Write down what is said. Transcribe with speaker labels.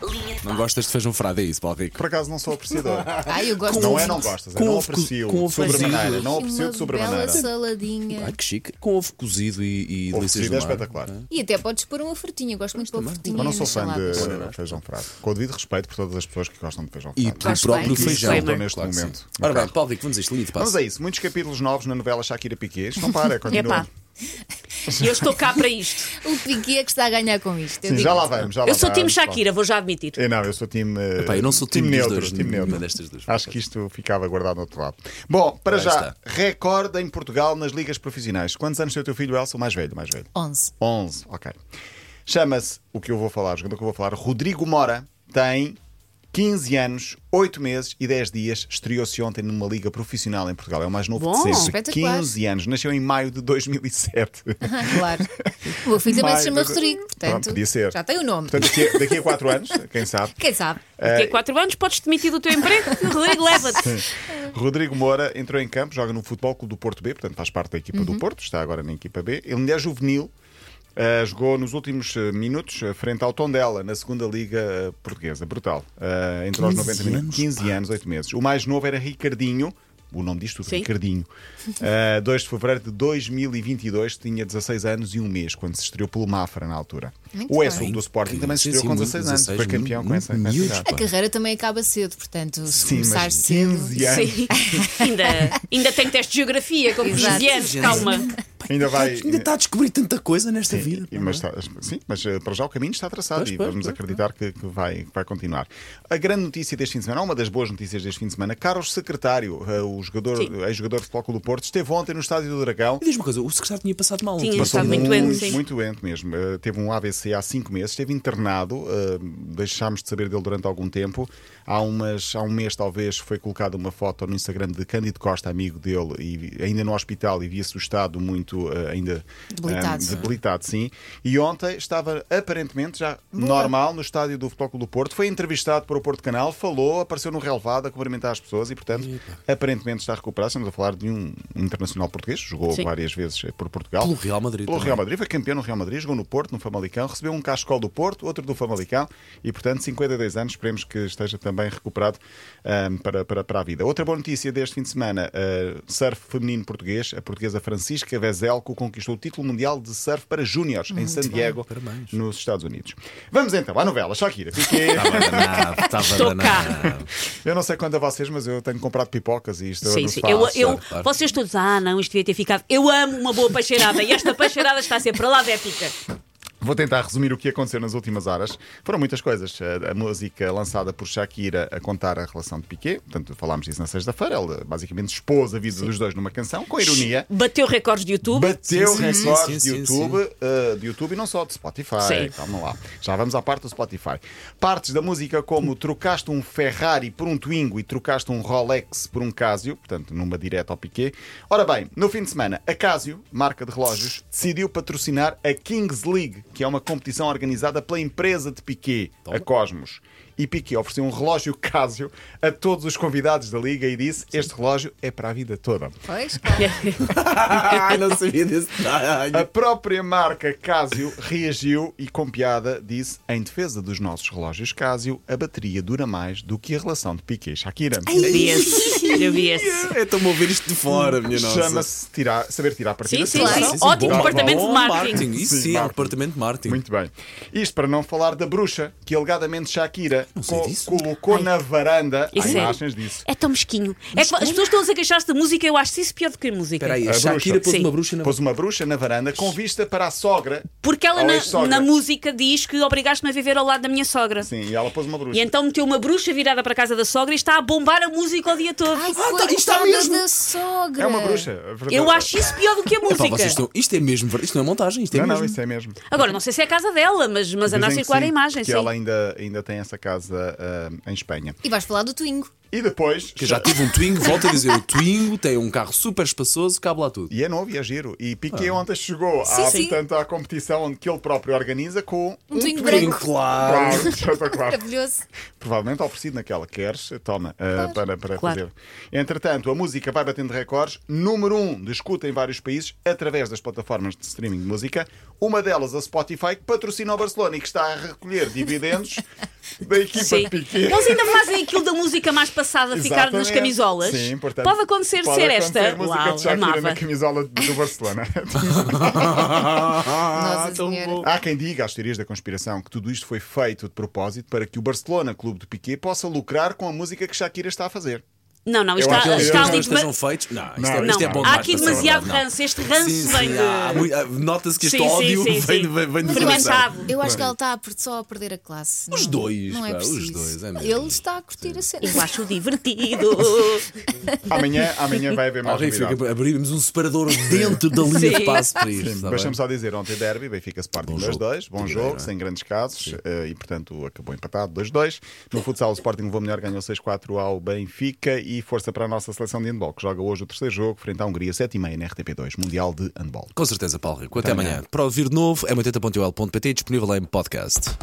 Speaker 1: farinha de
Speaker 2: Não
Speaker 1: pau.
Speaker 2: gostas de feijão frade, é isso, Paulo Rico?
Speaker 3: Por acaso não sou apreciador.
Speaker 4: Ai, eu gosto
Speaker 3: não
Speaker 4: de
Speaker 3: é, não
Speaker 4: ovo-
Speaker 3: gostas. É
Speaker 2: com
Speaker 3: não
Speaker 2: ovo co-
Speaker 3: aprecio
Speaker 2: com
Speaker 3: de
Speaker 2: ovo
Speaker 3: sobremaneira.
Speaker 2: cozido.
Speaker 3: Não aprecio
Speaker 4: Uma
Speaker 3: de
Speaker 4: bela
Speaker 3: sobremaneira.
Speaker 4: saladinha.
Speaker 2: Ai, que chique. Com ovo cozido e, e
Speaker 3: Ovo
Speaker 2: delícias
Speaker 3: cozido
Speaker 2: do
Speaker 3: é
Speaker 2: mar.
Speaker 3: espetacular.
Speaker 4: E até podes pôr uma frutinha, eu gosto muito de pôr frutinha.
Speaker 3: Mas não sou
Speaker 4: nas
Speaker 3: fã
Speaker 4: saladas.
Speaker 3: de feijão frado. Com o devido respeito por todas as pessoas que gostam de feijão frado.
Speaker 2: E do
Speaker 4: Gosto
Speaker 2: próprio
Speaker 4: bem.
Speaker 2: feijão.
Speaker 4: Disclaimer.
Speaker 3: Neste
Speaker 2: que sim.
Speaker 3: momento.
Speaker 2: Ora bem,
Speaker 3: Ok.
Speaker 2: Paulo Rico, vamos a isto, lido,
Speaker 3: Vamos
Speaker 2: passa.
Speaker 3: a isso. Muitos capítulos novos na novela Shakira Piquet. Não para, continua.
Speaker 1: Epá, eu estou cá para isto.
Speaker 4: O Piquet é que está a ganhar com isto. eu
Speaker 3: Sim,
Speaker 4: digo.
Speaker 3: já lá vamos. Já lá
Speaker 1: Eu sou time
Speaker 3: vamos, pá.
Speaker 1: Shakira, vou já admitir.
Speaker 3: Eu não, eu sou time. eh,
Speaker 2: Epá, eu não sou time dos
Speaker 3: neutro,
Speaker 2: dois,
Speaker 3: time
Speaker 2: nenhuma
Speaker 3: neutro.
Speaker 2: destas duas.
Speaker 3: Acho que isto ficava guardado no outro lado. Bom, para
Speaker 2: Aí
Speaker 3: já,
Speaker 2: está.
Speaker 3: recorde em Portugal nas ligas profissionais. Quantos anos tem o teu filho, Elsa? O mais velho, o mais velho.
Speaker 4: 11.
Speaker 3: 11, ok. Chama-se o que eu vou falar, o jogador que eu vou falar, Rodrigo Mora, tem 15 anos, 8 meses e 10 dias. Estreou-se ontem numa liga profissional em Portugal. É o mais novo
Speaker 1: Bom,
Speaker 3: de sempre.
Speaker 4: espetacular.
Speaker 3: 15 anos, nasceu em maio de 2007.
Speaker 4: Ah, claro. O meu filho também
Speaker 3: Mais
Speaker 4: se chama
Speaker 3: dois-
Speaker 4: Rodrigo, portanto.
Speaker 3: Pronto, podia ser.
Speaker 4: Já tem o nome.
Speaker 3: Portanto, daqui a, daqui a 4 anos, quem sabe.
Speaker 4: Quem sabe?
Speaker 1: Daqui a 4 anos podes demitir do teu emprego, Rodrigo, leva-te.
Speaker 3: É. Rodrigo Moura entrou em campo, joga no Futebol Clube do Porto B, portanto faz parte da equipa
Speaker 2: Uhum.
Speaker 3: do Porto, está agora na equipa B. Ele ainda é juvenil, eh, jogou nos últimos eh, minutos eh, frente ao Tondela, na segunda Liga eh, Portuguesa. Brutal. Eh, entre os
Speaker 2: 15
Speaker 3: 90 minutos,
Speaker 2: anos,
Speaker 3: 15 anos, 8 meses. O mais novo era Ricardinho. O nome diz tudo,
Speaker 1: Sim.
Speaker 3: Ricardinho. Eh, 2 de fevereiro de 2022, tinha 16 anos e um mês, quando se estreou pelo Mafra na altura.
Speaker 4: Muito
Speaker 3: o
Speaker 4: bem.
Speaker 3: ESO do Sporting também se
Speaker 2: Sim,
Speaker 3: estreou
Speaker 2: sim,
Speaker 3: com
Speaker 2: muito,
Speaker 3: 16 anos, foi
Speaker 2: 16,
Speaker 3: campeão
Speaker 2: muito
Speaker 3: com essa, com essa
Speaker 2: miúdos,
Speaker 3: idade.
Speaker 2: pá.
Speaker 4: A carreira também acaba cedo, portanto, se
Speaker 3: Sim,
Speaker 4: começar
Speaker 3: mas
Speaker 4: cedo.
Speaker 3: 15 anos.
Speaker 1: Sim. ainda, ainda tem teste de geografia, como
Speaker 4: Exato.
Speaker 1: 15 anos, calma.
Speaker 3: Ainda vai.
Speaker 2: Ainda está a descobrir tanta coisa nesta vida. é?
Speaker 3: E- mas tá- está- sim, mas eh, para já o caminho está traçado
Speaker 2: Pois,
Speaker 3: e
Speaker 2: pois,
Speaker 3: vamos
Speaker 2: pois,
Speaker 3: acreditar que, que vai, que vai continuar. A grande notícia deste fim de semana, uma das boas notícias deste fim de semana, Carlos Secretário, eh, o jogador,
Speaker 1: Sim.
Speaker 3: ex-jogador de Futebol Clube do Porto, esteve ontem no Estádio do Dragão.
Speaker 2: E diz-me uma coisa, o secretário tinha passado mal.
Speaker 1: Tinha
Speaker 2: ontem.
Speaker 1: Passou Estava
Speaker 3: muito,
Speaker 1: muito doente, sim.
Speaker 3: muito doente mesmo. Eh, teve um AVC há cinco meses, esteve internado, eh, deixámos de saber dele durante algum tempo. Há, umas, há um mês, talvez, foi colocada uma foto no Instagram de Cândido Costa, amigo dele, e vi- ainda no hospital, e via-se o estado muito eh, ainda
Speaker 4: Debilitado.
Speaker 3: eh, debilitado, sim. E ontem estava aparentemente já normal no estádio do Futebol Clube do Porto, foi entrevistado para o Porto Canal, falou, apareceu no relevado a cumprimentar as pessoas e, portanto, aparentemente está recuperado. Estamos a falar de um internacional português, jogou
Speaker 1: Sim.
Speaker 3: várias vezes eh, por Portugal.
Speaker 2: Pelo Real Madrid
Speaker 3: Pelo
Speaker 2: também.
Speaker 3: Real Madrid, foi campeão no Real Madrid, jogou no Porto, no Famalicão, recebeu um cascol do Porto, outro do Famalicão e, portanto, 52 anos, esperemos que esteja também recuperado ahm, para, para, para a vida. Outra boa notícia deste fim de semana: ah, surf feminino português, a portuguesa Francisca Vezelco conquistou o título mundial de surf para júniores em San Diego,
Speaker 2: parabéns. Tá.
Speaker 3: nos Estados Unidos. Vamos então à novela, Shakira. Piqué.
Speaker 2: Estava danado,
Speaker 1: Estou
Speaker 2: estava
Speaker 1: cá.
Speaker 2: danado.
Speaker 3: eu não sei quanto a vocês, mas eu tenho comprado pipocas e isto
Speaker 1: Sim,
Speaker 3: não se
Speaker 1: sim.
Speaker 3: faz.
Speaker 1: Eu, eu,
Speaker 2: claro.
Speaker 1: Vocês todos, ah, não, isto devia ter ficado. Eu amo uma boa peixeirada e esta peixeirada está a ser para lá de épica.
Speaker 3: Vou tentar resumir o que aconteceu nas últimas horas. Foram muitas coisas. A, a música lançada por Shakira a contar a relação de Piqué, portanto, falámos disso na sexta-feira. Ela basicamente expôs a vida dos dois numa canção, com ironia.
Speaker 1: Bateu recordes de YouTube.
Speaker 3: Bateu
Speaker 2: Sim, sim,
Speaker 3: recordes
Speaker 2: sim, sim,
Speaker 3: de
Speaker 2: sim.
Speaker 3: YouTube, eh, de YouTube e não só, de Spotify.
Speaker 1: Sim.
Speaker 3: Calma lá. Já vamos à parte do Spotify. Partes da música como trocaste um Ferrari por um Twingo e trocaste um Rolex por um Casio, portanto, numa direta ao Piquet. Ora bem, no fim de semana, a Casio, marca de relógios, decidiu patrocinar a Kings League, que é uma competição organizada pela empresa de Piquet, a Cosmos. E Piquet ofereceu um relógio Casio a todos os convidados da liga e disse: Este relógio é para a vida toda.
Speaker 4: Pois, claro.
Speaker 2: Ah, não sabia desse
Speaker 3: A
Speaker 2: detalhe.
Speaker 3: própria marca Casio reagiu e, com piada, disse: em defesa dos nossos relógios Casio, a bateria dura mais do que a relação de Piquet e Shakira.
Speaker 1: Eu vi esse. Eu vi esse.
Speaker 2: É, Estou-me a ouvir isto de fora, minha nossa.
Speaker 3: Chama-se tirar, saber tirar partido.
Speaker 1: Sim,
Speaker 3: da
Speaker 1: sim,
Speaker 3: situação.
Speaker 4: sim.
Speaker 1: Ótimo
Speaker 2: Bom,
Speaker 1: departamento
Speaker 2: bom,
Speaker 1: de marketing.
Speaker 2: Isso
Speaker 3: Sim,
Speaker 2: sim, é um
Speaker 3: marketing.
Speaker 2: departamento de marketing.
Speaker 3: Muito bem. Isto para não falar da bruxa que alegadamente Shakira
Speaker 2: sei
Speaker 3: co-
Speaker 2: disso.
Speaker 3: colocou na varanda
Speaker 1: Isso é-
Speaker 3: imagens disso.
Speaker 1: É tão mesquinho. É que as pessoas estão a queixar-se de música, eu acho isso pior do que a música.
Speaker 2: Espera aí, a
Speaker 3: A
Speaker 2: Shakira
Speaker 3: bruxa.
Speaker 2: pôs
Speaker 1: Sim.
Speaker 2: uma bruxa na
Speaker 3: Pôs uma bruxa na varanda com vista para a sogra.
Speaker 1: Porque ela
Speaker 3: ou
Speaker 1: na,
Speaker 3: ex-sogra.
Speaker 1: na música diz que obrigaste-me a viver ao lado da minha sogra.
Speaker 3: Sim, e ela pôs uma bruxa.
Speaker 1: E então meteu uma bruxa virada para a casa da sogra e está a bombar a música o dia todo.
Speaker 4: Ai,
Speaker 2: Ah, tá, isto está
Speaker 4: coitadas
Speaker 2: mesmo.
Speaker 4: da sogra.
Speaker 3: É uma bruxa.
Speaker 1: Eu acho isso pior do que a
Speaker 2: Epá,
Speaker 1: música.
Speaker 2: vocês estão... Isto é mesmo, verdade, isto não é montagem, isto é
Speaker 3: Não,
Speaker 2: mesmo.
Speaker 3: não, isso é mesmo.
Speaker 1: Agora, não sei se é a casa dela, mas, mas anda
Speaker 3: Dizem
Speaker 1: a
Speaker 3: que
Speaker 1: circular a
Speaker 3: sim,
Speaker 1: imagem,
Speaker 3: que
Speaker 1: sim.
Speaker 3: ela ainda, ainda tem essa casa ah, em Espanha.
Speaker 4: E vais falar do Twingo.
Speaker 3: E depois.
Speaker 2: Que eu já tive um Twingo, volto a dizer, o Twingo tem um carro super espaçoso, cabe lá tudo.
Speaker 3: E é novo e é giro. E
Speaker 2: Ah.
Speaker 3: Piquet ontem chegou
Speaker 4: Sim,
Speaker 3: à,
Speaker 4: sim.
Speaker 3: portanto, à competição onde que ele próprio organiza com
Speaker 4: Um Twingo
Speaker 2: Twingo,
Speaker 4: branco.
Speaker 2: claro.
Speaker 3: Claro, já está claro.
Speaker 4: Maravilhoso.
Speaker 3: Provavelmente oferecido naquela. Queres? Toma, ah, para, para
Speaker 1: Claro.
Speaker 3: fazer. Entretanto, a música vai batendo recordes. Número um de escuta em vários países, através das plataformas de streaming de música. Uma delas, a Spotify, que patrocina o Barcelona e que está a recolher dividendos da equipa
Speaker 1: Sim.
Speaker 3: de Piquet.
Speaker 1: Eles ainda fazem aquilo da música mais passada, ficar nas
Speaker 3: Exatamente.
Speaker 1: camisolas.
Speaker 3: Sim, portanto,
Speaker 1: pode acontecer
Speaker 3: pode
Speaker 1: ser
Speaker 3: acontecer
Speaker 1: esta.
Speaker 3: música
Speaker 1: Uau,
Speaker 3: de Shakira na
Speaker 1: amava.
Speaker 3: camisola do Barcelona.
Speaker 2: Nossa Ah,
Speaker 4: Nossa Senhora.
Speaker 3: Há quem diga às teorias da conspiração que tudo isto foi feito de propósito para que o Barcelona Clube de Piquet possa lucrar com a música que Shakira está a fazer.
Speaker 1: Não, não, isto
Speaker 3: Eu
Speaker 1: está,
Speaker 3: acho que
Speaker 1: está
Speaker 3: eles
Speaker 1: Tá- ali.
Speaker 2: Estejam feitos. Não, isto
Speaker 3: Não,
Speaker 2: é, isto é
Speaker 1: não.
Speaker 2: bom
Speaker 1: Há
Speaker 2: demais
Speaker 1: aqui
Speaker 2: para ser
Speaker 1: demasiado
Speaker 2: verdade, não.
Speaker 1: ranço. Este ranço
Speaker 2: Sim,
Speaker 1: vem
Speaker 2: sim,
Speaker 1: de-
Speaker 2: há mui- há- Nota-se que este
Speaker 1: Sim, sim,
Speaker 2: ódio vem,
Speaker 1: sim, sim.
Speaker 2: de- vem de
Speaker 1: Fermentado.
Speaker 4: Eu acho que ele está a per- só a perder a classe.
Speaker 2: Os
Speaker 4: Não-
Speaker 2: dois,
Speaker 4: não é
Speaker 2: pá, os
Speaker 4: preciso.
Speaker 2: dois, é mesmo.
Speaker 4: Ele está a curtir a cena.
Speaker 1: Eu acho divertido.
Speaker 3: Amanhã, amanhã vai haver mais
Speaker 2: Alguém
Speaker 3: novidades.
Speaker 2: fica, abrimos um separador dentro da linha de
Speaker 1: Sim.
Speaker 2: passe para isto.
Speaker 3: Sim,
Speaker 2: está
Speaker 3: Deixa-me
Speaker 2: bem?
Speaker 3: só dizer, ontem derby, Benfica Sporting
Speaker 2: Bom
Speaker 3: 2-2,
Speaker 2: jogo.
Speaker 3: bom
Speaker 2: Tigreira,
Speaker 3: jogo,
Speaker 2: é?
Speaker 3: sem grandes casos, eh, e portanto acabou empatado 2-2. No futsal, o Sporting Levou Melhor ganhou 6-4 ao Benfica e força para a nossa seleção de handball, que joga hoje o terceiro jogo, frente à Hungria, 7h30 na RTP2, Mundial de Handball.
Speaker 2: Com certeza, Paulo Rico. Até amanhã. Para ouvir de novo, é 80.ol.pt disponível em podcast.